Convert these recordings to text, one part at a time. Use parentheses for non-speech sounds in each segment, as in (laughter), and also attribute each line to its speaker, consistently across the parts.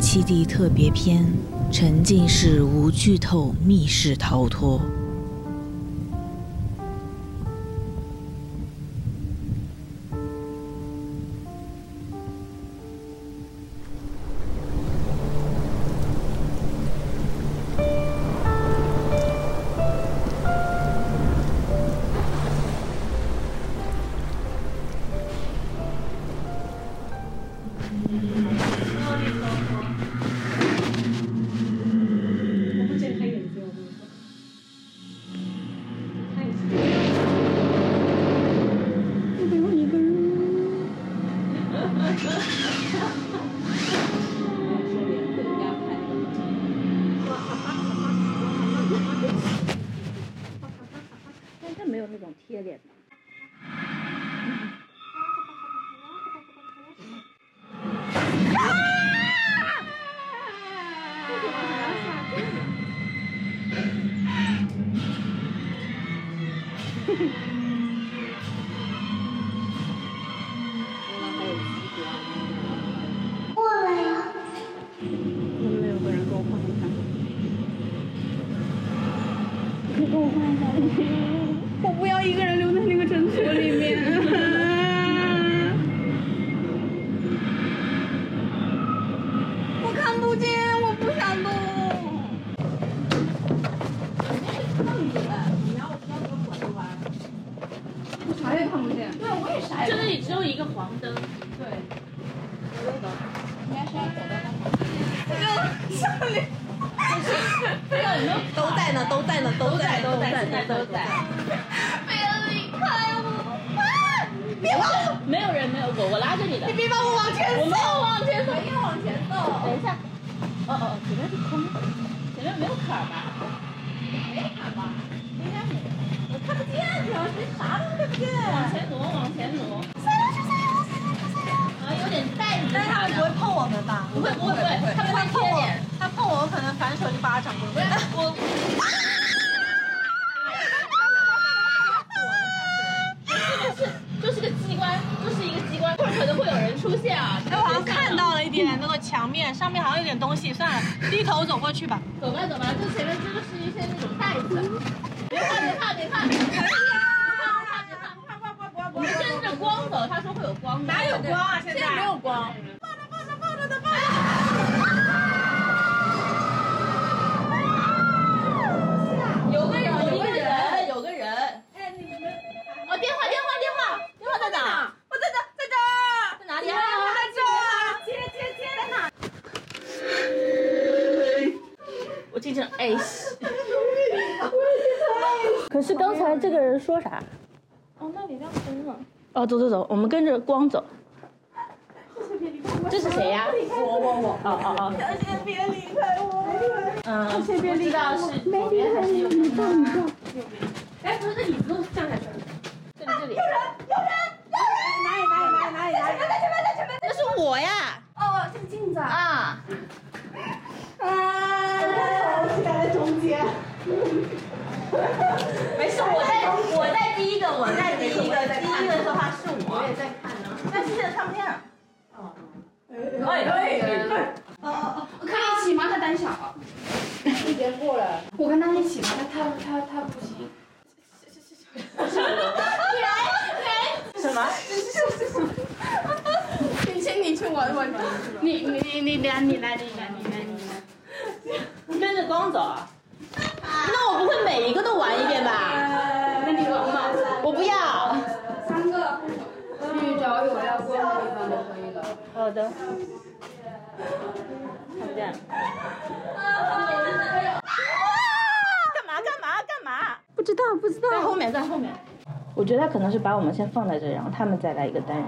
Speaker 1: 七地特别篇》沉浸式无剧透密室逃脱。
Speaker 2: 但他没有那种贴脸的。能不能有个人跟我换一下？你可以跟我换一下吗？我不要一个人留在那个诊所里面。我看不见，我不想动。我啥也看不见。对，我也啥也。
Speaker 3: 这里只有一个黄灯，
Speaker 4: 都在呢，都在呢，都在，都在，都在，都在。哎
Speaker 3: 没有人，没有我，我拉着你的。你别把我往前走，我没有往前走，我要往前走。等一下，哦哦，哦，前面是空的，前面没有坎儿吧？没有坎儿吧？应该没有。我看不见，主要是啥都看不见。往前挪，往前挪。啊，有点带你的
Speaker 4: 但是他们不会碰我们吧？
Speaker 3: 不会不会不
Speaker 4: 哎
Speaker 3: 会，他们会贴脸。，
Speaker 4: 他碰我，我可能反手一巴掌过去。
Speaker 3: 我就是个机关，就是一个机关，或者可能会有人出现啊。
Speaker 4: 哎，我好像看到了一点那个墙面上面好像有点东西，算了，低头走过去吧。
Speaker 3: 走吧走吧，就前面这个是一些那种袋子。别怕别怕别怕，
Speaker 4: 哎
Speaker 3: 你跟着光走，他说会有光的。
Speaker 4: 哪有光啊？现在没有光。
Speaker 3: 有个人有一个人，哎
Speaker 4: 有个人。
Speaker 3: 哦电话电话电话电话在哪？
Speaker 4: 我在这，在这儿，
Speaker 3: 在哪里
Speaker 4: 我
Speaker 3: 啊？
Speaker 4: 在这儿。接接接，在哪？
Speaker 3: 我进去了，哎西。
Speaker 5: 可是刚才这个人说啥？哦，那里亮灯了。哦，走走走，我们跟着光走。
Speaker 3: 这是谁呀？
Speaker 5: 哦哦哦，
Speaker 4: 小姐别离开我。
Speaker 5: 嗯，
Speaker 3: 不知道是左边还是右边。哎，不是，这椅子都降下去了。这里这里。
Speaker 2: 哪里哪里哪里哪里哪里？
Speaker 3: 那是我呀！
Speaker 2: 哦，这个镜子啊！
Speaker 3: 啊，
Speaker 2: 啊！
Speaker 4: 没事，我在我在第一个，我在第一个，第一个的话是我。我也在看呢。但是现在看不见。哦。哎哎哎！
Speaker 2: 我看一起吗？他胆小。一年过了。我跟他一起吗？他他他他不行。
Speaker 4: 什么？
Speaker 2: 你去你去，我我你你你来你来你来你来你来。
Speaker 3: 跟着光走啊。那我不会每一个都玩一遍吧？
Speaker 2: 那你玩吧。
Speaker 3: 我不要。
Speaker 2: 三个。去找有亮光的地方就可以了。
Speaker 5: 好的。看不见了。
Speaker 4: 干嘛干嘛干嘛？
Speaker 3: 在后面，在后面。
Speaker 5: 我觉得他可能是把我们先放在这，然后他们再来一个单人。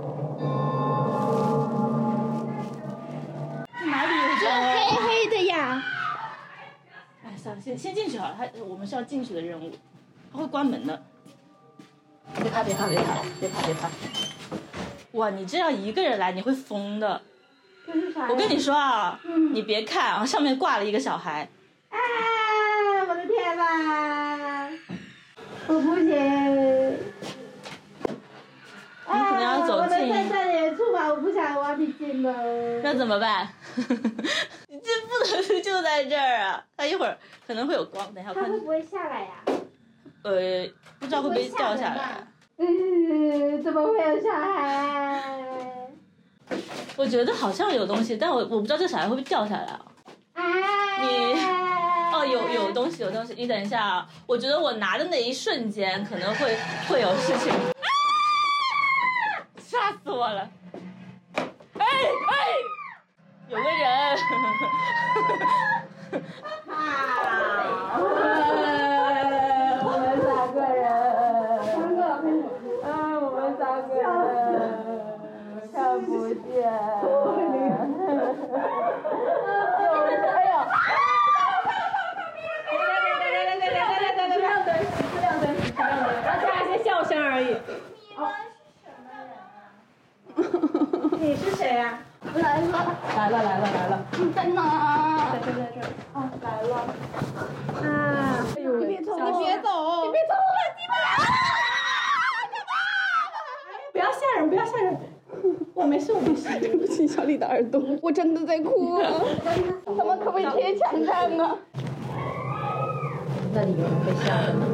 Speaker 3: 这 (laughs) 黑黑的呀。哎，算了，先先进去好了。他我们是要进去的任务，他会关门的。
Speaker 5: 别怕，别怕，别怕，别怕，别怕。哇，你这要一个人来，你会疯的。我跟你说啊，
Speaker 3: 嗯
Speaker 5: 你别看啊，上面挂了一个小孩，
Speaker 2: 我不行。
Speaker 5: 你可能要走近一点。
Speaker 2: 哎这里出吧，我不想玩笔记了。
Speaker 5: 要
Speaker 4: 那怎么办？ (laughs) 这不能就在这儿啊！它一会儿可能会有光，等一下我
Speaker 2: 它
Speaker 4: 看
Speaker 2: 会，不会下来呀、
Speaker 4: 呃，不知道会不会掉下来。
Speaker 2: 嗯，怎么会有小孩？
Speaker 4: 我觉得好像有东西，但我我不知道这小孩会不会掉下来啊。
Speaker 2: 啊！
Speaker 4: 你 (laughs) 哦，有有东西，有东西，你等一下啊！我觉得我拿的那一瞬间可能会会有事情，啊！吓死我了！哎哎，有个人，
Speaker 2: 你别走，你别走，你别走，你们来！不要吓人，不要吓人！我没事，我没事。对不起，小李的耳朵，我真的在哭、啊。他们可不可以贴墙站啊？那里有人会吓人吗？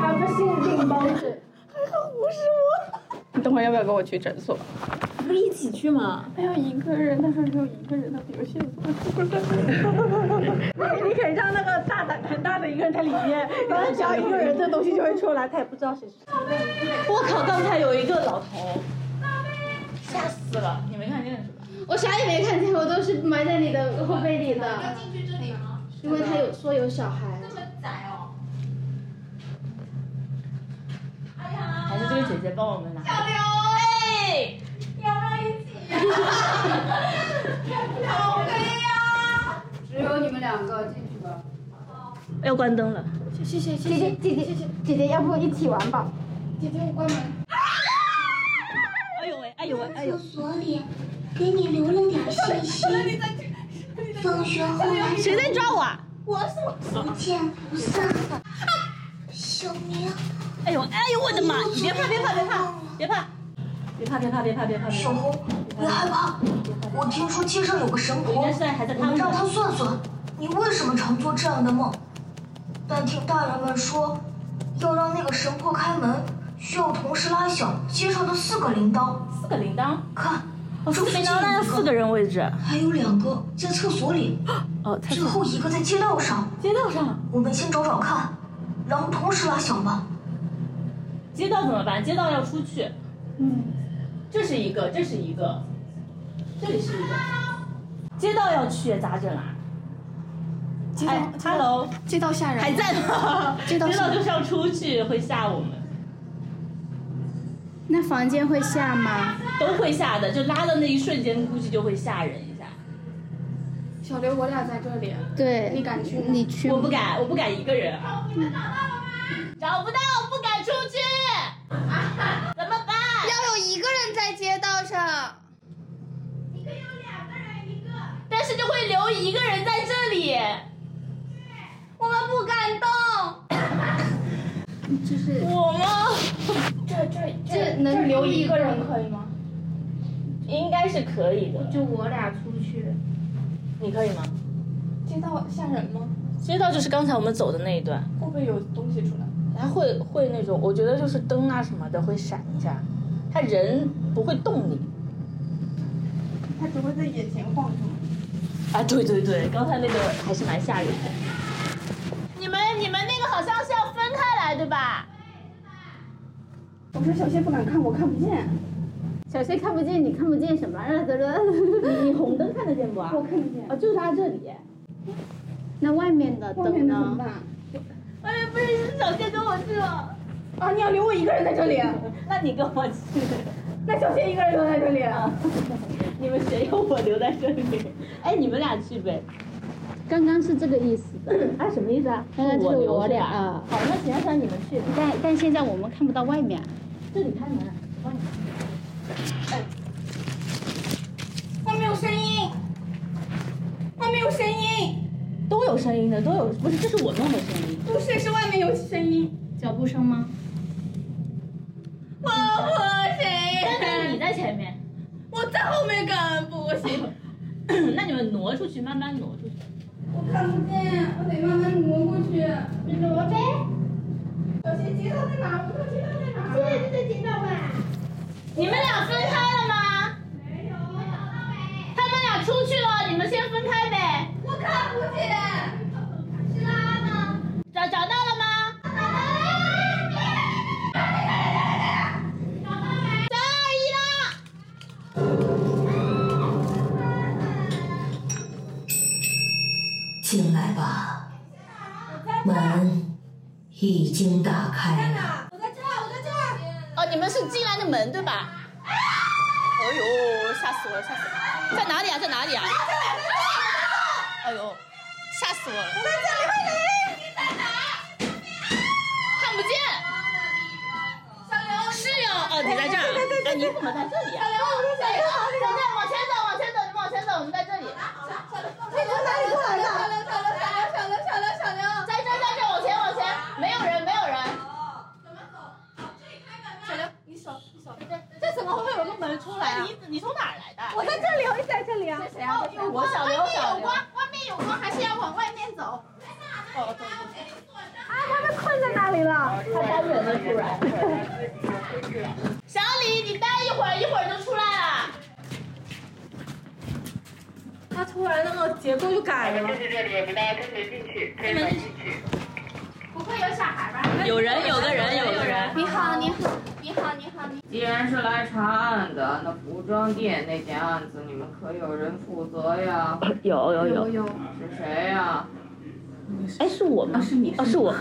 Speaker 2: 还不是病包子，还好不是我。
Speaker 6: 你等会儿要不要跟我去诊所？
Speaker 2: 不是一起去吗？还有一个人，他说只有一个人，他比如现在。
Speaker 7: 你可以让那个大胆胆大的一个人在里面，然后只要一个人，这东西就会出来，他也不知道谁是谁。
Speaker 4: 我靠！刚才有一个老头，吓死了！你没看见是吧？
Speaker 2: 我啥也没看见，我都是埋在你的后背里的。要进去这里吗？因为他有说有小孩。
Speaker 4: 还是这个姐姐帮我们拿？
Speaker 8: 只有你们两个进去吧。
Speaker 4: 要哎关灯了。
Speaker 2: 姐姐姐姐姐姐，要不一起玩吧？
Speaker 8: 姐姐，我关门。
Speaker 4: 哎呦喂！哎呦喂！哎呦！
Speaker 9: 厕所里给你留了点信息。放学后来
Speaker 4: 谁在抓我？啊？
Speaker 9: 不见不散的小明，
Speaker 4: 哎呦！哎呦！我的妈！别怕！别怕！别怕！别怕！别怕！别怕！别怕！别怕！
Speaker 9: 小红，别害怕。我听说街上有个神
Speaker 4: 人
Speaker 9: 婆
Speaker 4: 家，现在还在
Speaker 9: 我
Speaker 4: 他
Speaker 9: 们
Speaker 4: 们
Speaker 9: 让她算算，你为什么常做这样的梦。但听大人们说，要让那个神婆开门，需要同时拉响街上的四个铃铛。
Speaker 4: 四个铃铛。
Speaker 9: 看，
Speaker 4: 哦，四个铃铛，那是四个人位置。
Speaker 9: 还有两个在厕所里，
Speaker 4: 哦，他
Speaker 9: 最后一个在街道上。
Speaker 4: 街道上，
Speaker 9: 我们先找找看，然后同时拉响吧。
Speaker 4: 街道怎么办？街道要出去。嗯，这是一个，这是一个，这里是一个。街道要去咋整啊？
Speaker 2: 街
Speaker 4: 哎，Hello，
Speaker 2: 街道吓人，
Speaker 4: 还在吗？ (laughs) 街
Speaker 2: 道是
Speaker 4: 就是要出去，会吓我们，
Speaker 2: 那房间会下吗？
Speaker 4: 都会吓的。就拉的那一瞬间，估计就会吓人一下。
Speaker 8: 小刘，我俩在这里，
Speaker 2: 对，
Speaker 8: 你敢去吗？
Speaker 2: 你去
Speaker 4: 我不敢，我不敢一个人。啊找不到，不敢出 (laughs) 去，怎么办？
Speaker 2: 要有一个人在街道上。
Speaker 4: 但是就会留一个人在这里。我们不敢动。 (laughs) 就是我们
Speaker 2: 这能留一个人可以？
Speaker 4: 应该是可以的，
Speaker 2: 就我俩出去。
Speaker 4: 你可以吗？
Speaker 8: 街道吓人吗？
Speaker 4: 街道就是刚才我们走的那一段，
Speaker 8: 会不会有东西出来？
Speaker 4: 它会会那种，我觉得就是灯啊什么的会闪一下，它人不会动你。
Speaker 8: 他只会在眼前晃动。
Speaker 4: 啊，对对对，刚才那个还是蛮吓人的。你们你们那个好像是要分开来对吧？
Speaker 8: 我说小谢不敢看，我看不见。
Speaker 2: 小谢看不见，你看不见什么？
Speaker 4: 你红灯看得见不啊？
Speaker 8: 我看不见。
Speaker 4: 啊，就拉这里。
Speaker 2: (laughs) 那外面的
Speaker 8: 外面的
Speaker 2: 灯
Speaker 8: 怎么
Speaker 2: 呢？
Speaker 8: 办？
Speaker 4: 外面不是小谢跟我去吗？
Speaker 8: 啊，你要留我一个人在这里？
Speaker 4: 那你跟我去，
Speaker 8: 那小谢一个人留在这里？
Speaker 4: 你们谁有我留在这里？哎，你们俩去呗。
Speaker 2: 刚刚是这个意思的，
Speaker 4: 啊，什么意思啊？
Speaker 2: 刚刚
Speaker 4: 是
Speaker 2: 是哦我
Speaker 4: 留
Speaker 2: 俩
Speaker 4: 俩。
Speaker 2: 啊。
Speaker 4: 好，那行，那你们去，
Speaker 2: 但但现在我们看不到外面。
Speaker 4: 这里开门。
Speaker 7: 外面有声音，外面有声音，
Speaker 4: 都有声音的，都有，不是，这是我弄的声音。
Speaker 7: 不是，是外面有声音。
Speaker 2: 脚步声吗？
Speaker 7: 我不行，
Speaker 4: 你在前面。 (coughs)
Speaker 7: 我在后面跟不行。
Speaker 3: 那你们挪出去，慢慢挪出去。
Speaker 2: 我看不见，我得慢慢挪过去。你挪呗。小心街道在哪？我不知道街道在哪。现在就在街道吧。
Speaker 3: 你们俩分开了吗？
Speaker 2: 没有。
Speaker 3: 他们俩出去了，你们先分开呗。
Speaker 2: 我看不见。是拉吗？
Speaker 3: 找找到了吗？三二一啦！
Speaker 9: 进来吧，门已经打开了。
Speaker 2: 我在这儿，我在这儿。
Speaker 3: 哦，你们是进来的门对吧？哎呦，吓死我了，吓死我了！在哪里啊？在哪里啊？哎呦，吓死我了！我在这里，快点！你在哪？看不见。小刘，是哟，哦，你在这儿。对对对，你怎么在这里啊？小刘，我在这儿。小刘，往前走，往前走，你往前走，我们在这里。在这，在这，往前，往前，没有人，没有人。你你从哪儿来的？我小刘，小刘。小李，你待一会儿，一会儿就出来了。
Speaker 7: 它突然那个结构就改了。
Speaker 6: 就是这里，你们跟随进去，推门进去。
Speaker 4: 有人，有个人，有个人。
Speaker 2: 你好，你好，你好，你好，你
Speaker 10: 既然是来查案的，那服装店那件案子你们可有人负责呀？
Speaker 4: 有有有。
Speaker 8: 有有，
Speaker 10: 是谁呀？
Speaker 4: 哎，是我吗？
Speaker 8: 是你
Speaker 4: 哦，是我。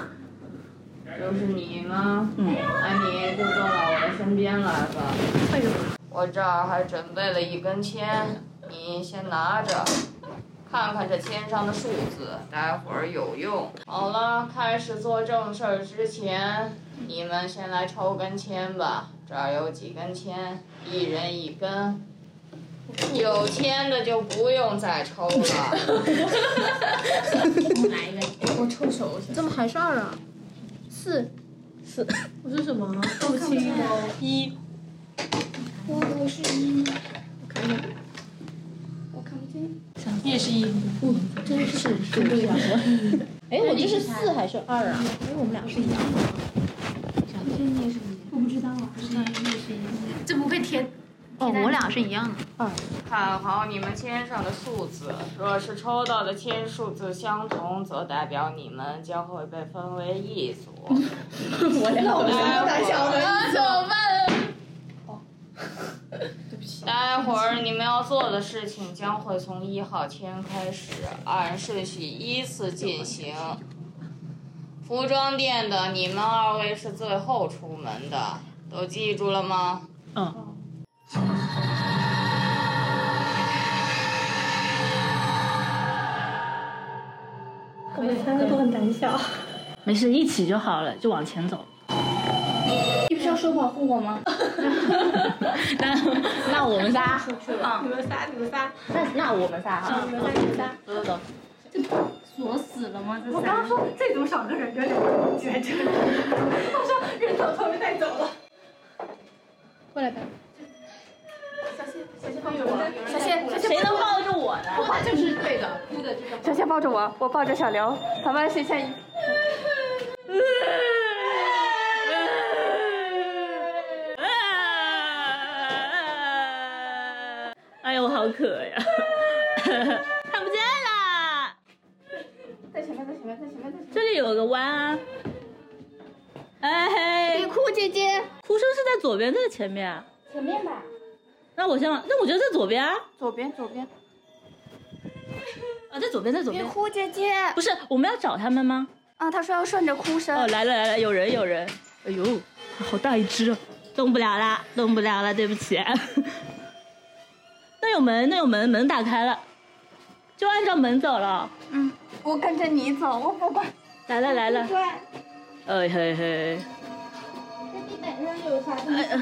Speaker 10: 就是你吗？嗯。那你就坐到我的身边来吧。我这儿还准备了一根签，你先拿着，看看这签上的数字，待会儿有用。好了，开始做正事儿之前，你们先来抽根签吧。这儿有几根签，一人一根。有签的就不用再抽了。
Speaker 3: 哎，我这是四还是二啊？
Speaker 10: 看好你们签上的数字，若是抽到的签数字相同，则代表你们将会被分为一组。我俩我大小的怎么办？哦待会儿你们要做的事情将会从一号签开始，按顺序依次进行。服装店的，你们二位是最后出门的，都记住了吗？
Speaker 8: 我们三个都很胆小。
Speaker 4: 没事，一起就好了，就往前走。
Speaker 8: 你不是要说保护我吗？
Speaker 4: (laughs) 那那我们仨，啊
Speaker 2: 你们仨，你们仨，
Speaker 4: 那那我啊们仨哈，
Speaker 2: 你们仨，你们仨。
Speaker 4: 走走走。
Speaker 3: 锁死了吗？这
Speaker 2: 我刚刚说这怎么少个人，人挤在这里。我说人头头被带走了。
Speaker 8: 过来吧。
Speaker 2: 小心帮我，小心，小心
Speaker 4: 谁能抱住我呢？
Speaker 2: 他就是对的，哭的这个。
Speaker 8: 小仙抱着我，我抱着小刘，咱们谁先？
Speaker 4: (laughs) 哎呦，好渴呀！看不见啦，
Speaker 2: 在前面，在前面，在前面，在前面。
Speaker 4: 这里有个弯啊。哎嘿，
Speaker 2: 哭姐姐，
Speaker 4: 哭声是在左边，在前面啊。
Speaker 2: 前面吧，
Speaker 4: 那我先往，那我觉得在左边啊，
Speaker 2: 左边，左边。
Speaker 4: 啊，在左边，在左边。
Speaker 2: 哭姐姐
Speaker 4: 不是，我们要找他们吗？
Speaker 2: 啊，她说要顺着哭
Speaker 4: 哦，
Speaker 2: 声。
Speaker 4: 来了来了，有人有人。哎呦，好大一只啊！动不了啦，动不了啦，对不起。 (laughs) 那有门，那有门，门打开了，就按照门走了。
Speaker 2: 我跟着你走，我不管。
Speaker 4: 来了来了，
Speaker 2: 对。
Speaker 4: 哎嘿嘿，
Speaker 2: 这地板上有啥东
Speaker 4: 哎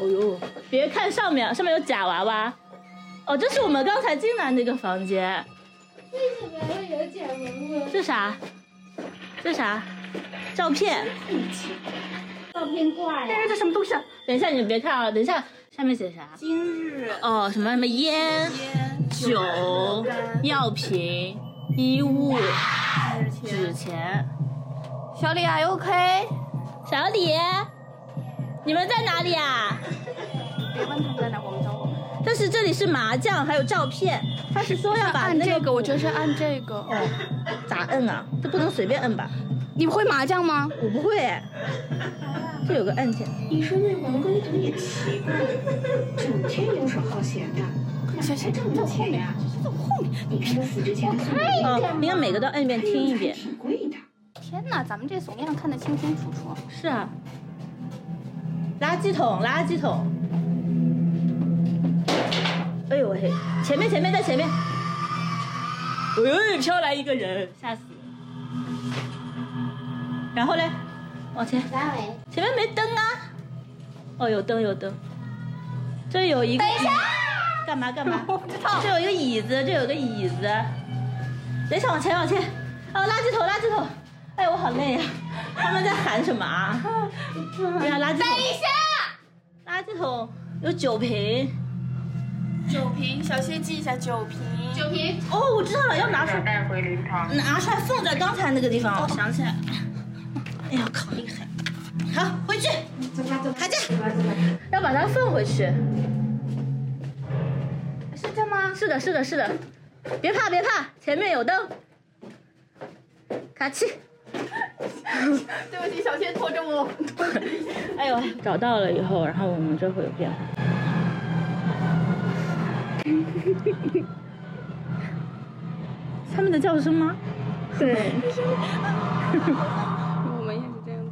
Speaker 4: 哦呦，别看上面，上面有假娃娃。哦，这是我们刚才进来那个房间，
Speaker 2: 为什么会有假文文？
Speaker 4: 这啥？这啥？照片。
Speaker 2: 照片挂呀。
Speaker 8: 哎，这什么东西？
Speaker 4: 等一下，你别看啊！等一下，下面写啥？
Speaker 7: 今日
Speaker 4: 哦，什么什么烟、酒、药品、衣物、纸钱。
Speaker 3: 小李，I OK？
Speaker 4: 小李，你们在哪里啊？
Speaker 2: 别问他们在哪，我们找我们。
Speaker 4: 但是这里是麻将，还有照片。他是说要把
Speaker 2: 按
Speaker 4: 那
Speaker 2: 这
Speaker 4: 个
Speaker 2: 个，我觉得是按这个。
Speaker 4: 哦咋摁啊？这不能随便摁吧？
Speaker 2: 你会麻将吗？
Speaker 4: 我不会，这有个按键。
Speaker 11: 你说那王根图也奇怪，整天游手好闲的，小心挣不挣钱
Speaker 2: 啊
Speaker 11: 呀？你看他死之前看了一
Speaker 4: 哦，应该每个都摁一遍，听一遍。
Speaker 2: 天哪，咱们这怂样看得清清楚楚。
Speaker 4: 是啊，垃圾桶，垃圾桶。哎呦喂，前面前面在前面。哎呦，飘来一个人，吓死了。然后嘞，往前，
Speaker 7: 三维。
Speaker 4: 前面没灯啊。哦，有灯有灯。这有一个。等一下。干嘛干 (laughs) 嘛？这有一个椅子，这有个椅子。等一下，往前往前。哦，垃圾桶，垃圾桶。哎，我好累呀、他们在喊什么啊？哎呀，垃圾桶。
Speaker 3: 等一下，
Speaker 4: 垃圾桶有酒瓶。
Speaker 8: 酒瓶，小谢记一下酒瓶。
Speaker 3: 酒瓶
Speaker 4: 哦，我知道了，要拿出来，
Speaker 6: 带回灵堂。
Speaker 4: 拿出来放在刚才那个地
Speaker 3: 哦
Speaker 4: 方。我想起来。哎呀，靠，厉害！好，回去。还在。要把它放回去。
Speaker 2: 是这吗？
Speaker 4: 是的，是的，是的。别怕，别怕，前面有灯。卡气。
Speaker 2: (laughs) 对不起，小谢拖
Speaker 4: (laughs)
Speaker 2: 着我。
Speaker 4: 哎呦，找到了以后，然后我们这会有
Speaker 2: (laughs)
Speaker 4: 变化。他们的叫声吗？ (laughs)
Speaker 2: 对。我们也是这样子。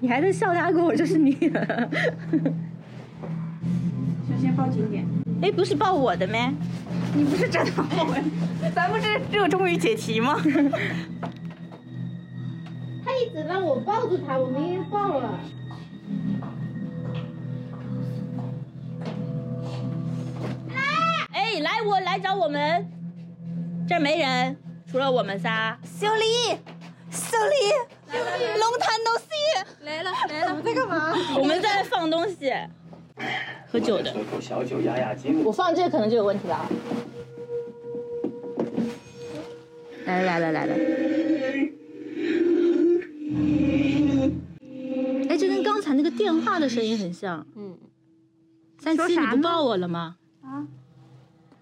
Speaker 4: 你还在笑他给我，就是你。
Speaker 8: 小谢抱紧点。
Speaker 4: 哎，不是抱我的咩？
Speaker 8: 你不是真的抱
Speaker 4: (laughs)
Speaker 8: 我？咱不是热衷于解题吗？
Speaker 7: (laughs) 他一直让我抱住他，我明明抱了。
Speaker 4: 哎，来我来找我们，这儿没人，除了我们仨。
Speaker 3: 小李，小李，龙潭东西来了来了，我 (laughs) 在干嘛？
Speaker 4: 我们在放东西，喝酒的。
Speaker 12: 小酒压压惊。
Speaker 4: 我放这可能就有问题了啊。来了来了来了。哎，这跟刚才那个电话的声音很像。嗯。三
Speaker 2: 说
Speaker 4: 七，
Speaker 2: 啥
Speaker 4: 你不
Speaker 2: 呢
Speaker 4: 抱我了吗？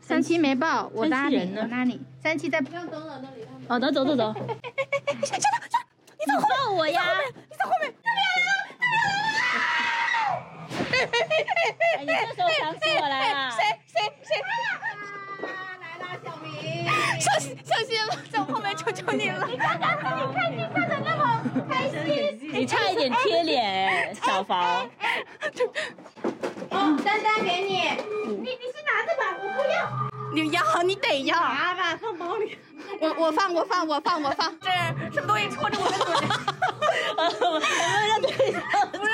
Speaker 2: 三七没报，我拉
Speaker 4: 三七
Speaker 2: 你，
Speaker 4: 人呢
Speaker 2: 我拉你。三七在
Speaker 7: 亮灯了，那里亮
Speaker 4: 好的，走走走。你怎么抱我呀？你在后面，你在后面。哎，你这时候想起我来
Speaker 2: 啊
Speaker 4: 了。
Speaker 2: 小谢，小谢，在我后面求求你了。
Speaker 4: 你差一点贴脸哎，小房。
Speaker 7: 哦，丹丹给你，你你先拿着吧，我不要。
Speaker 2: 你要，你得要。拿吧，放包里。我我放我放我放我放，这什么东西戳着我的嘴？
Speaker 4: 我们让对象不是。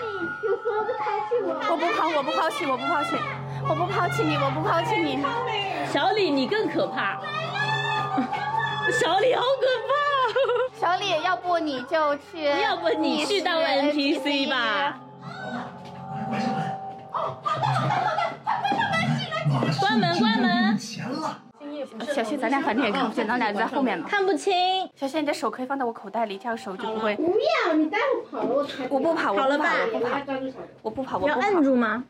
Speaker 7: 你有说不开心我？
Speaker 2: 我不抛，我不抛弃，我不抛弃，我不抛弃你，我不抛弃你。
Speaker 4: 小李，你更可怕。小李好可
Speaker 2: 小李，要不你就去，
Speaker 4: 怕，要不你去当 NPC 吧。。关门，关门，
Speaker 2: 小谢，咱俩反正也看不见，咱俩在后面嘛。
Speaker 4: 看不清。
Speaker 2: 小谢，你的手可以放在我口袋里，这样
Speaker 10: 啊
Speaker 2: 手就不会。
Speaker 7: 不要，你待会跑了我才。
Speaker 2: 我不跑，我不跑，我不
Speaker 7: 我
Speaker 2: 跑
Speaker 7: 要，抓住手，
Speaker 2: 我不跑，我不
Speaker 4: 摁
Speaker 2: 跑，
Speaker 4: 住吗？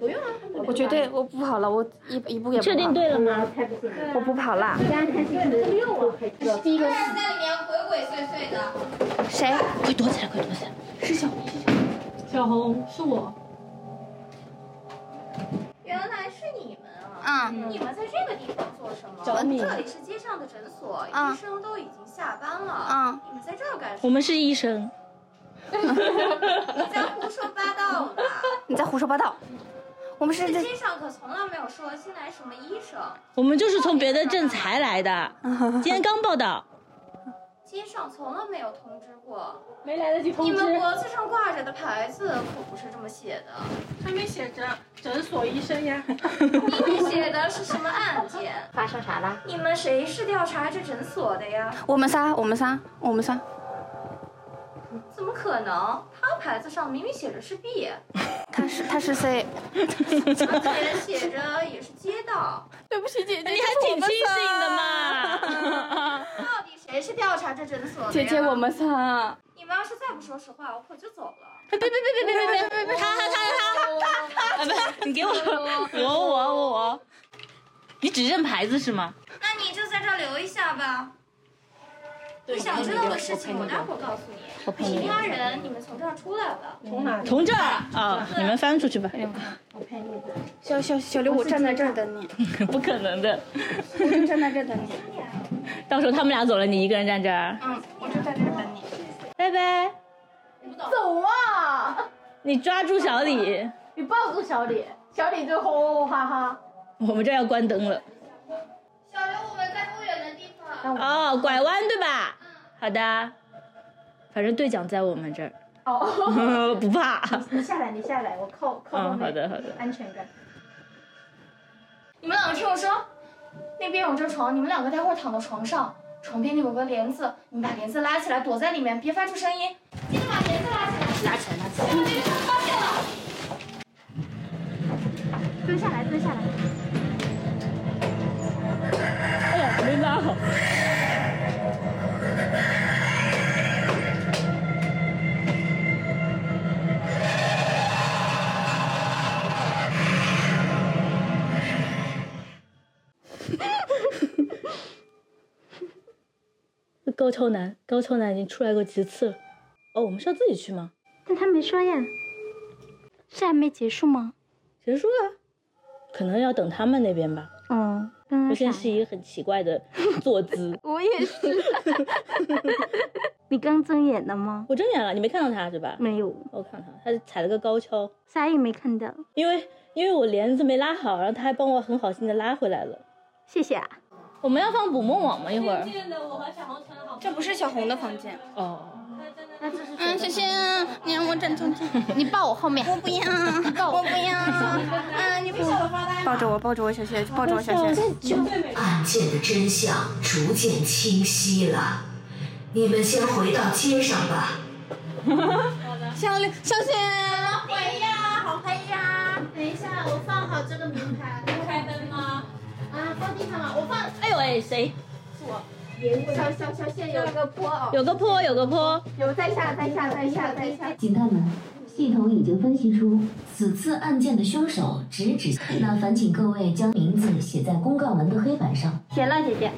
Speaker 7: 不用啊，
Speaker 2: 我绝对我不跑了，我一一步也不
Speaker 4: 确定
Speaker 2: 跑，
Speaker 4: 对了吗？
Speaker 7: 才不信。
Speaker 2: 我不跑了。
Speaker 7: 刚开始不用
Speaker 4: 啊
Speaker 7: 我，第一个是
Speaker 10: 在里面鬼鬼祟祟的。
Speaker 2: 谁？
Speaker 4: 快躲起来，快躲起来！
Speaker 11: 小红是我，
Speaker 10: 原来是你们啊！
Speaker 2: 嗯，
Speaker 10: 你们在这个地方做什么？
Speaker 11: 找你
Speaker 10: 这里是街上的诊所，
Speaker 2: 嗯
Speaker 10: 医生都已经下班了。
Speaker 2: 嗯
Speaker 10: 你们在这儿干什
Speaker 4: 我
Speaker 10: 么？
Speaker 4: 们是医生，
Speaker 10: 你在胡说八道吧？
Speaker 2: 你在胡说八道。我们是
Speaker 10: 这
Speaker 2: 这，
Speaker 10: 街上可从来没有说新来什么医生，
Speaker 4: 我们就是从别的镇才来的，今天刚报道。
Speaker 10: 街上从来没有通知过。
Speaker 11: 没来得及通
Speaker 10: 你们
Speaker 11: 知，
Speaker 10: 脖子上挂着的牌子可不是这么写的，
Speaker 11: 上面写着诊所医生呀。
Speaker 10: 你们写的是什么案件？
Speaker 7: 发生啥了？
Speaker 10: 你们谁是调查这诊所的呀？
Speaker 2: 我们仨，我们仨，我们仨。
Speaker 11: 怎么可能？他牌子上明明写着是 B，
Speaker 13: 他是他是
Speaker 10: (laughs)
Speaker 13: C，
Speaker 11: 而且写着也是街道。
Speaker 13: 对不起姐姐，
Speaker 4: 你还挺清醒的嘛。
Speaker 11: 到底谁是调查这诊所的呀
Speaker 13: 姐姐我们仨，
Speaker 11: 你们要是再不说实话，我可就走了。
Speaker 4: 别别别别别别别别！他他他他他！啊不，你给我，我我我我，你只认牌子是吗？
Speaker 11: 那你就在这儿留一下吧。你想知道的事情，我待会儿告诉你。
Speaker 4: 我陪
Speaker 11: 其
Speaker 4: 你。
Speaker 11: 他人，你们从这儿出来吧。
Speaker 14: 从哪？
Speaker 4: 从这儿啊，你们翻出去吧。
Speaker 13: 小小小刘，我站在这儿等你，
Speaker 4: 不可能的，
Speaker 13: 我就站在这儿等你，
Speaker 4: 到时候他们俩走了，你一个人站这儿。
Speaker 13: 嗯，我就在这儿等你。
Speaker 4: 拜拜，
Speaker 2: 走啊！
Speaker 4: 你抓住小李，
Speaker 2: 你抱住小李，小李就吼吼哈哈。
Speaker 4: 我们这儿要关灯了。
Speaker 11: 小刘，我们在不远的地方。
Speaker 4: 哦，拐弯对吧？好的，反正队长在我们这儿，
Speaker 2: 哦， (laughs)
Speaker 4: (laughs) 不怕。
Speaker 2: 你下来，你下来，我靠靠后
Speaker 4: 嗯，好
Speaker 2: 面
Speaker 4: 的好的。
Speaker 2: 安全感。
Speaker 11: 你们两个听我说，那边有张床，你们两个待会儿躺到床上，床边那有个帘子，你们把帘子拉起来，躲在里面，别发出声音。记得把帘子拉起来。
Speaker 2: 拿起来，拿起来。
Speaker 11: 别被他们发现了。
Speaker 13: 蹲下来，蹲下来。
Speaker 4: 哦，没拉好。高超男，高超男已经出来过几次了。哦，我们是要自己去吗？
Speaker 3: 但他没说呀，是还没结束吗？
Speaker 4: 结束了，可能要等他们那边吧。
Speaker 3: 哦，刚
Speaker 4: 我
Speaker 3: 刚
Speaker 4: 现
Speaker 3: 啥
Speaker 4: 在？是一个很奇
Speaker 3: (laughs)。
Speaker 4: 怪的坐姿
Speaker 3: 我也是。你刚睁眼了吗？
Speaker 4: 我睁眼了，你没看到他是吧？
Speaker 3: 没有，
Speaker 4: 我看到他，他踩了个高跷，
Speaker 3: 啥也没看到。
Speaker 4: 因为因为我帘子没拉好，然后他还帮我很好心的拉回来了。
Speaker 3: 谢谢啊。
Speaker 4: 我们要放捕梦网吗？一会儿？
Speaker 13: 这不是小红的房间，
Speaker 4: 哦，
Speaker 13: 嗯，谢谢，你让我站中间，你抱我后面，我不要，我不要，嗯，你不抱着我，抱着我，小谢，抱着我，小谢。
Speaker 15: 案件的真相逐渐清晰了，你们先回到街上吧。
Speaker 13: 小刘，小谢，
Speaker 11: 好回呀，好回呀。等一下，我放好这个名牌。
Speaker 4: 开灯吗？
Speaker 11: 啊，放地上了，我放。
Speaker 4: 哎呦哎，谁？
Speaker 11: 小小小谢有个坡哦，
Speaker 4: 有个坡，有个坡。
Speaker 11: 有在下，在下，在下，在下。
Speaker 9: 警探们，系统已经分析出此次案件的凶手直指。那烦请各位将名字写在公告文的黑板上。
Speaker 3: 写了，姐姐。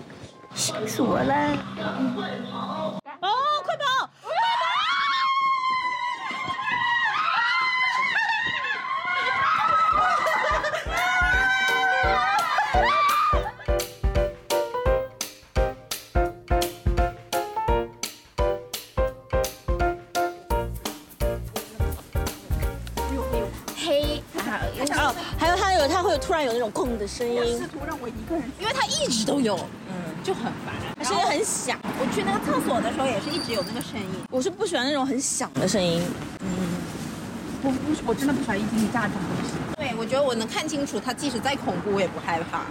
Speaker 9: 吓死我了！
Speaker 4: 哦，快跑！
Speaker 13: 黑，
Speaker 4: 哦，还有他有他会有突然有那种空的声音，
Speaker 13: 图让我一个人，
Speaker 4: 因为他一直都有，嗯，就很烦，而且很响。
Speaker 2: 我去那个厕所的时候也是一直有那个声音。嗯
Speaker 4: 我是不喜欢那种很响的声音，
Speaker 2: 我不，我真的不喜欢一惊一乍这种东西。对，我觉得我能看清楚，他即使再恐怖，我也不害怕。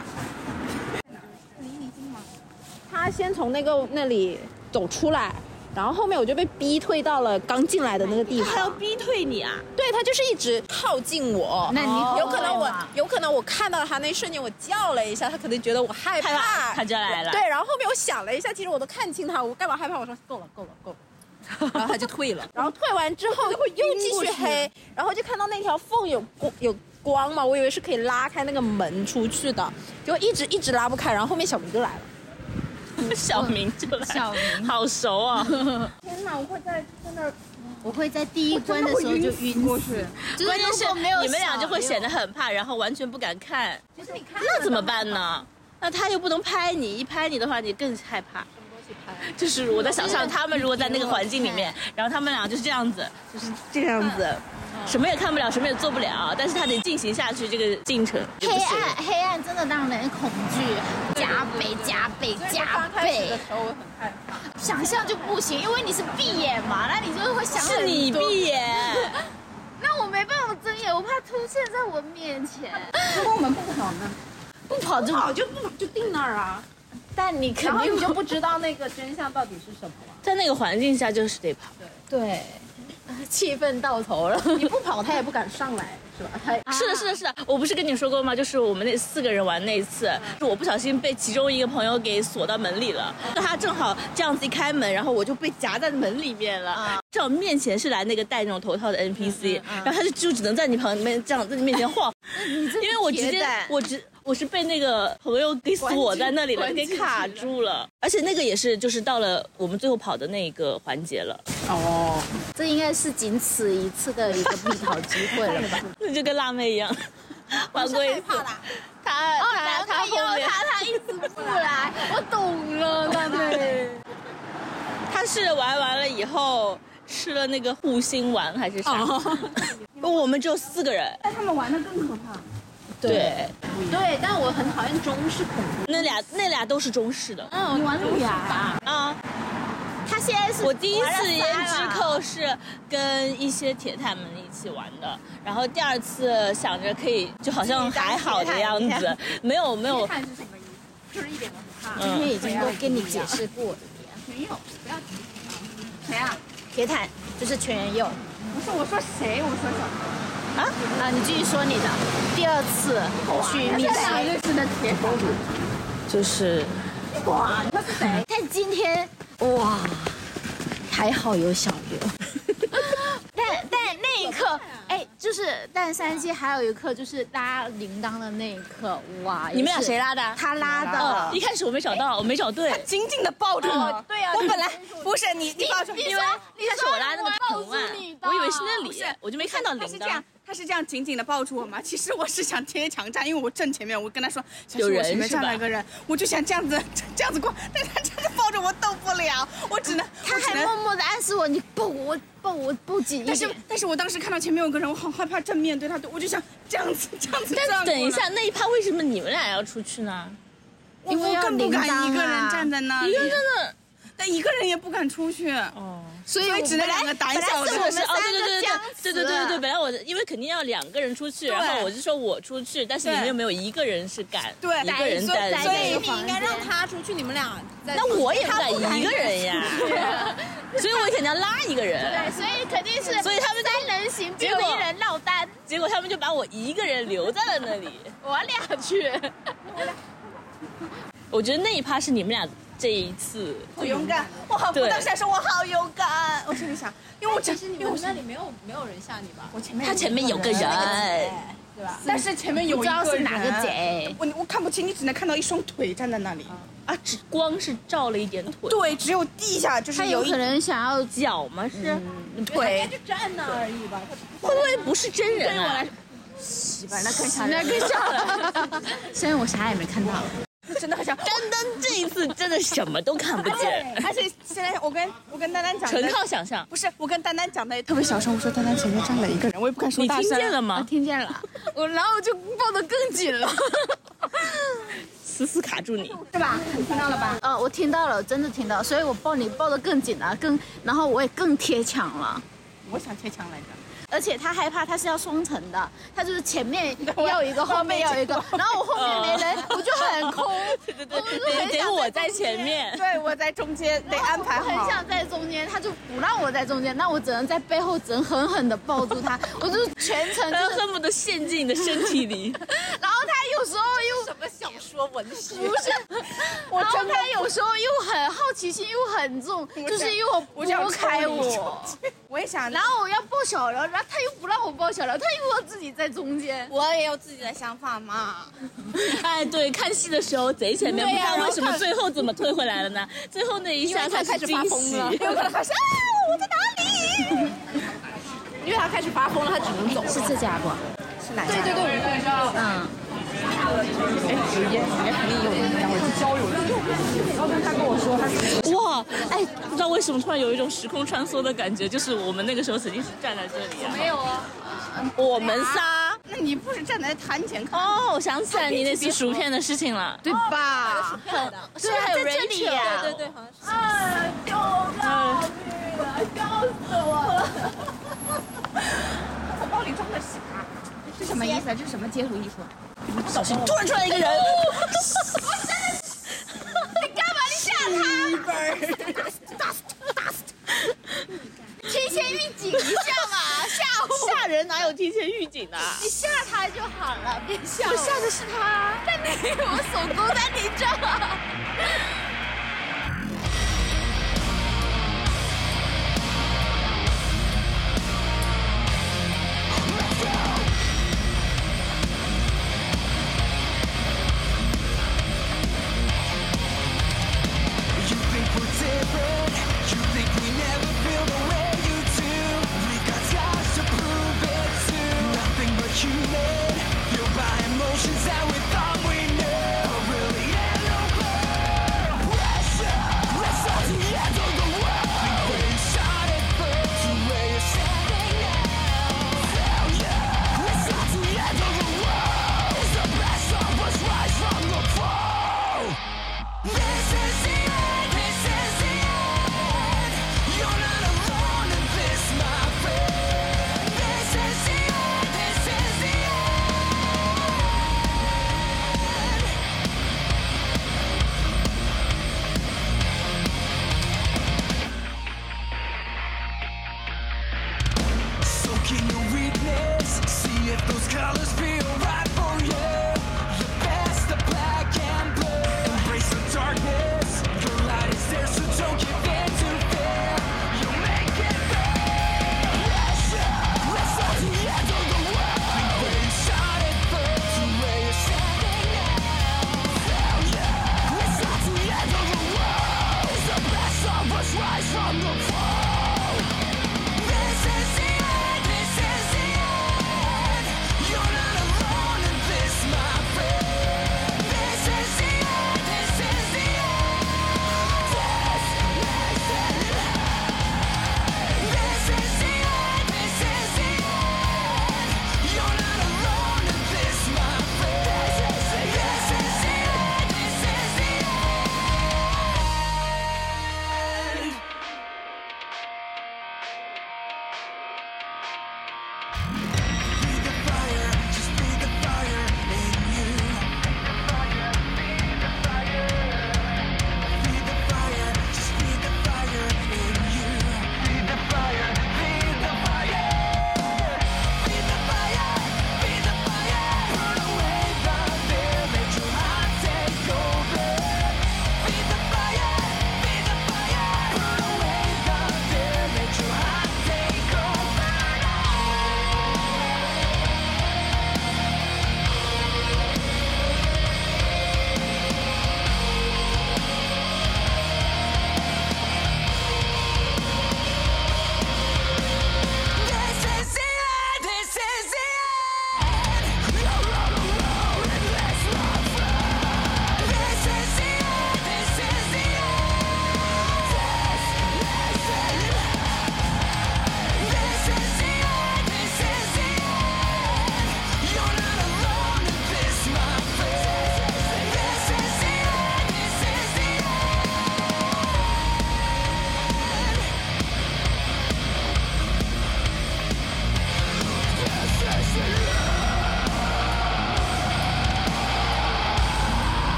Speaker 2: 他先从那个那里走出来，然后后面我就被逼退到了刚进来的那个地
Speaker 4: 他要
Speaker 2: 方。
Speaker 4: 逼退你啊！
Speaker 2: 对他就是一直靠近我，
Speaker 4: 那你
Speaker 2: 有可能我
Speaker 4: 后悔吗
Speaker 2: 有可能我看到他那一瞬间我叫了一下，他可能觉得我害
Speaker 4: 害怕他就来了
Speaker 2: 对，然后后面我想了一下，其实我都看清他，我干嘛害怕？我说够了，够了，
Speaker 3: (laughs)
Speaker 2: 够了。然后他就退了，然后退完之后又继续黑，然后就看到那条缝有光有光嘛，我以为是可以拉开那个门出去的，结果一直一直拉不开，然后后面小明就来了。
Speaker 4: 小明就来，小明好熟啊！
Speaker 3: (laughs)
Speaker 13: 天哪，我会在真的，
Speaker 3: 我会在第一关的时候就晕过去，就是
Speaker 4: 关键是
Speaker 3: 如果没有
Speaker 4: 你们俩
Speaker 3: 小
Speaker 4: 就会显得很怕，然后完全不敢看。那怎么办呢？那他又不能拍你，一拍你的话，你更害怕。就是我在想象，他们如果在那个环境里面，然后他们俩就是这样子，就是这样子，
Speaker 3: 哦
Speaker 4: 什么也看不了，什么也做不了，但是他得进行下去这个进程。就不
Speaker 3: 黑
Speaker 4: 行
Speaker 3: 暗，黑暗真的让人恐惧，加倍加倍加倍。想象就不行，因为你是闭眼嘛，那你就会想很多
Speaker 4: 是你闭眼。
Speaker 3: 那我没办法睁眼，我怕出现在我面前。
Speaker 2: 如果我们不跑呢？
Speaker 3: 不跑就
Speaker 2: 不跑就不跑就定那儿啊。
Speaker 16: 但你肯
Speaker 4: 然后
Speaker 16: 定
Speaker 4: 你就不
Speaker 16: 知道那个真相到底是什么了。
Speaker 4: 在那个环境下就是得跑。
Speaker 16: 对，气氛到头了，你不跑他也不敢上来，是吧？他
Speaker 4: 是的，是的，是的，我不是跟你说过吗？就是我们那四个人玩那一次，是我不小心被其中一个朋友给锁到门里了。那他正好这样子一开门，然后我就被夹在门里面了。正好面前是来那个戴那种头套的 NPC，然后他就就只能在你旁边这样在你面前晃，因为我直
Speaker 17: 铁
Speaker 4: 接
Speaker 17: 胆
Speaker 4: 我直。我是被那个朋友给锁在那里了，
Speaker 17: 关
Speaker 4: 给
Speaker 17: 进
Speaker 4: 卡住了，而且那个也是，就是到了我们最后跑的那个环节了。
Speaker 16: 哦，
Speaker 3: 这应该是仅此一次的一个必逃机会了吧？
Speaker 4: (laughs) 那就跟辣妹一
Speaker 3: (laughs)
Speaker 4: 样，玩过一次。他
Speaker 3: 哦，
Speaker 4: 他
Speaker 3: 难怪
Speaker 4: 他后
Speaker 3: 要
Speaker 4: 面
Speaker 3: 他，他一直不
Speaker 4: (laughs)
Speaker 3: 来，我懂了，辣 (laughs) 妹。
Speaker 4: 他是玩完了以后吃了那个护心丸还是啥？
Speaker 3: 哦
Speaker 4: (laughs) 我们只有四个
Speaker 3: 哎
Speaker 4: 人，
Speaker 10: 但他们玩的更可怕。
Speaker 4: 对，
Speaker 16: 对，但我很讨厌中式恐怖。
Speaker 4: 那俩那俩都是中式的。
Speaker 3: 嗯，你玩了俩
Speaker 4: 啊？
Speaker 3: 他现在是
Speaker 4: 我第一
Speaker 3: 玩了
Speaker 4: 次
Speaker 3: 仨
Speaker 4: 胭脂
Speaker 3: 了
Speaker 4: 扣是跟一些铁探们一起玩的，然后第二次想着可以，就好像还好的样
Speaker 3: 自己 (laughs) 当
Speaker 4: 子
Speaker 3: 铁，
Speaker 4: 没有没有嗯
Speaker 10: 看是什么意思？就是一点都不怕。
Speaker 3: 因为已经都跟你解释过了。
Speaker 10: 没有，不要提。谁啊？
Speaker 3: 铁坦就是全员用。
Speaker 10: 不是，我说谁？我说什么？
Speaker 3: 啊啊！你继续说你的第二次去密室，
Speaker 10: 识的铁公主。
Speaker 4: 就是
Speaker 3: 哇，那是谁？但今天哇，还好有小刘。 (laughs) 但但那一刻，哎，就是但三七还有一刻就是拉铃铛的那一刻，哇！
Speaker 4: 你们俩谁拉
Speaker 3: 的？他拉
Speaker 4: 哦
Speaker 3: 的，。哎
Speaker 4: 一开始我没找到，我没找对，紧紧的抱
Speaker 17: 着
Speaker 10: 哦
Speaker 17: 我
Speaker 3: 啊
Speaker 4: 对呀
Speaker 17: 我本来不是你你抱着
Speaker 4: 因
Speaker 17: 你
Speaker 4: 为
Speaker 17: 说你
Speaker 4: 一开始
Speaker 17: 说
Speaker 4: 我拉那个
Speaker 17: 我
Speaker 4: 藤
Speaker 17: 抱
Speaker 4: 蔓
Speaker 17: 住你，的
Speaker 4: 我以为是那
Speaker 17: 不
Speaker 4: 里
Speaker 17: 是，
Speaker 4: 我就没看到铃
Speaker 17: 他是这
Speaker 4: 铛
Speaker 17: 样。
Speaker 10: 他是这样紧紧的抱住我嘛？其实我是想贴墙站，因为我正前面，我跟他说，小
Speaker 4: 有
Speaker 10: 心我
Speaker 4: 人
Speaker 10: 前面
Speaker 4: 是吧
Speaker 10: 站了一个人，我就想这样子这样子过，但他真的抱着我动不了，我只能
Speaker 3: 他
Speaker 10: 我只
Speaker 3: 还
Speaker 10: 能
Speaker 3: 默默的暗示我，你抱我，抱我，抱紧一点。
Speaker 10: 但是但是我当时看到前面有个人，我好害怕正面对他，我就想这样子这样子这样
Speaker 4: 但
Speaker 10: 过来
Speaker 4: 等一下，那一趴为什么你们俩要出去呢？
Speaker 10: 我我更不敢一个人站在那里，
Speaker 4: 一个人站在
Speaker 10: 但一个人也不敢出去，
Speaker 4: 哦，
Speaker 10: 所以只能两个胆小的，
Speaker 4: 是哦，对对对对对对对对对，本来我因为肯定要两个人出去，
Speaker 10: 对
Speaker 4: 然后我就说我出去，但是你们
Speaker 10: 对
Speaker 4: 有没有一个人是敢
Speaker 10: 对
Speaker 4: 一个人
Speaker 16: 所以
Speaker 4: 在
Speaker 16: 所以
Speaker 4: 那
Speaker 16: 你应该让他出去，你们俩在。
Speaker 4: 那我也不
Speaker 16: 他
Speaker 4: 敢一个人呀
Speaker 16: 出去
Speaker 4: 所以我肯定要拉一个人
Speaker 3: 对，。所以肯定是，
Speaker 4: 所以他们就
Speaker 3: 三人行必
Speaker 4: 结
Speaker 3: 有
Speaker 4: 果
Speaker 3: 一人落单，
Speaker 4: 结果他们就把我一个人留在了那里，
Speaker 3: 我俩去。
Speaker 4: 我觉得那一趴是你们俩这一次
Speaker 10: 好勇敢，我好，
Speaker 4: 对
Speaker 10: 我当时还说我好勇敢，我心里想，因为我真，因为我
Speaker 16: 那里没有没有人吓你吧？
Speaker 10: 我前面
Speaker 4: 他前面有个人，
Speaker 16: 对吧？
Speaker 10: 但是前面有一
Speaker 16: 不
Speaker 10: 个
Speaker 16: 知道是
Speaker 10: 人
Speaker 16: 哪个贼，
Speaker 10: 我我看不清，你只能看到一双腿站在那里。
Speaker 4: 啊，只光是照了一点腿，
Speaker 10: 对，只有地下就是
Speaker 4: 他
Speaker 10: 有
Speaker 4: 有
Speaker 10: 一嗯
Speaker 4: 可能想要脚吗？是
Speaker 10: 腿，
Speaker 16: 就站那而已吧。
Speaker 4: 会不会不是真人啊？
Speaker 3: 媳
Speaker 4: (laughs) 妇儿那更吓人
Speaker 3: 那更吓
Speaker 10: (laughs)
Speaker 3: 人。虽然我啥也没看到，
Speaker 10: 真的很像。
Speaker 4: 丹丹这一次真的什么都看不见，
Speaker 10: 哎而且现在我跟我跟丹丹讲的，
Speaker 4: 纯靠想象。
Speaker 10: 不是我跟丹丹讲的也特别小声，我说丹丹前面站了一个人，我也不敢说
Speaker 4: 你
Speaker 10: 大声。
Speaker 4: 听见了吗？
Speaker 3: 听见
Speaker 4: (laughs)
Speaker 3: 了，我然后我就抱得更紧了，
Speaker 4: 死死卡住你。
Speaker 3: 是吧？你听到了吧？呃，我听到了，真的听到，所以我抱你抱得更紧了，更然后我也更贴墙了。
Speaker 10: 我想贴墙来着，
Speaker 3: 而且他害怕，他是要双层的，他就是前面要一个，后面要一个，然后我后面没人，我就很空，
Speaker 4: 对对
Speaker 3: 我就很想
Speaker 4: 得得我在前面。
Speaker 10: 对我在中间得安排
Speaker 3: 我很
Speaker 10: 好。
Speaker 3: 想在中间，他就不让我在中间，那我只能在背后，只能狠狠的抱住他，我就全程就
Speaker 4: 他
Speaker 3: 是，
Speaker 4: 恨不得陷进你的身体里，
Speaker 3: 然后他有时候又什么小说文学，不是，然后他有时候又很好奇心又很重，就是又
Speaker 10: 我想
Speaker 3: 拨开
Speaker 10: 抽你
Speaker 3: 我，
Speaker 10: 我也想，
Speaker 3: 然后我要抱小刘，然后他又不让我抱小刘，他又要自己在中间，
Speaker 18: 我也有自己的想法嘛。
Speaker 4: (laughs) 哎，对，看戏的时候贼前面，不
Speaker 18: 对
Speaker 4: 知
Speaker 18: 呀
Speaker 4: 道为什
Speaker 18: 然后
Speaker 4: 么
Speaker 18: 看
Speaker 4: 最后怎么退回来了呢？最后那一下
Speaker 16: 因为他
Speaker 4: 是惊
Speaker 16: 开始发
Speaker 4: 喜
Speaker 16: 疯了，
Speaker 10: 有可能还是啊，我在哪里？
Speaker 16: (laughs) 因为他开始发疯了，他只能走。
Speaker 3: 是这家不？
Speaker 10: 是哪
Speaker 16: 对对对，嗯，
Speaker 4: 哎哇，哎，不知道为什么突然有一种时空穿梭的感觉，就是我们那个时候曾经是站在这里啊，
Speaker 10: 没有啊，
Speaker 4: 我们仨。
Speaker 10: 那你不是站在坛前看？
Speaker 4: 哦，我想起来你那次薯片的事情了，哦
Speaker 3: 对吧？
Speaker 4: 是不是还有啊 Rachel？
Speaker 3: 啊
Speaker 16: 对对，好像是。
Speaker 10: 我包里装的啥？这什么意思啊？这是什么街头艺术？
Speaker 4: 小心突然出来一个人，
Speaker 7: 点像，
Speaker 2: 不像的是
Speaker 7: 他，但你我手工在你这。
Speaker 19: You think we're different? You think we never feel the way you do? We got scars to prove it too. Nothing but human, fueled by emotions that we thought we knew, but really ain't over. Pressure, pressure to the end of the world. Think where you started first to where you're standing now. Failure, pressure to the end of the world. Is the best of us rise from the fall? This is the end, this is the end. You're not alone in this, my friend. This is the end, this is the end. Soak in your weakness. See if those colors feel right for you. The best, the black and blue. Embrace the darkness. Your light is there, so don't give in to fear. You'll make it there. Pressure, pressure to the end of the world. Think where you started first to where you're standing now. Failure, pressure to the end of the world. Is the best of us rise from the fall?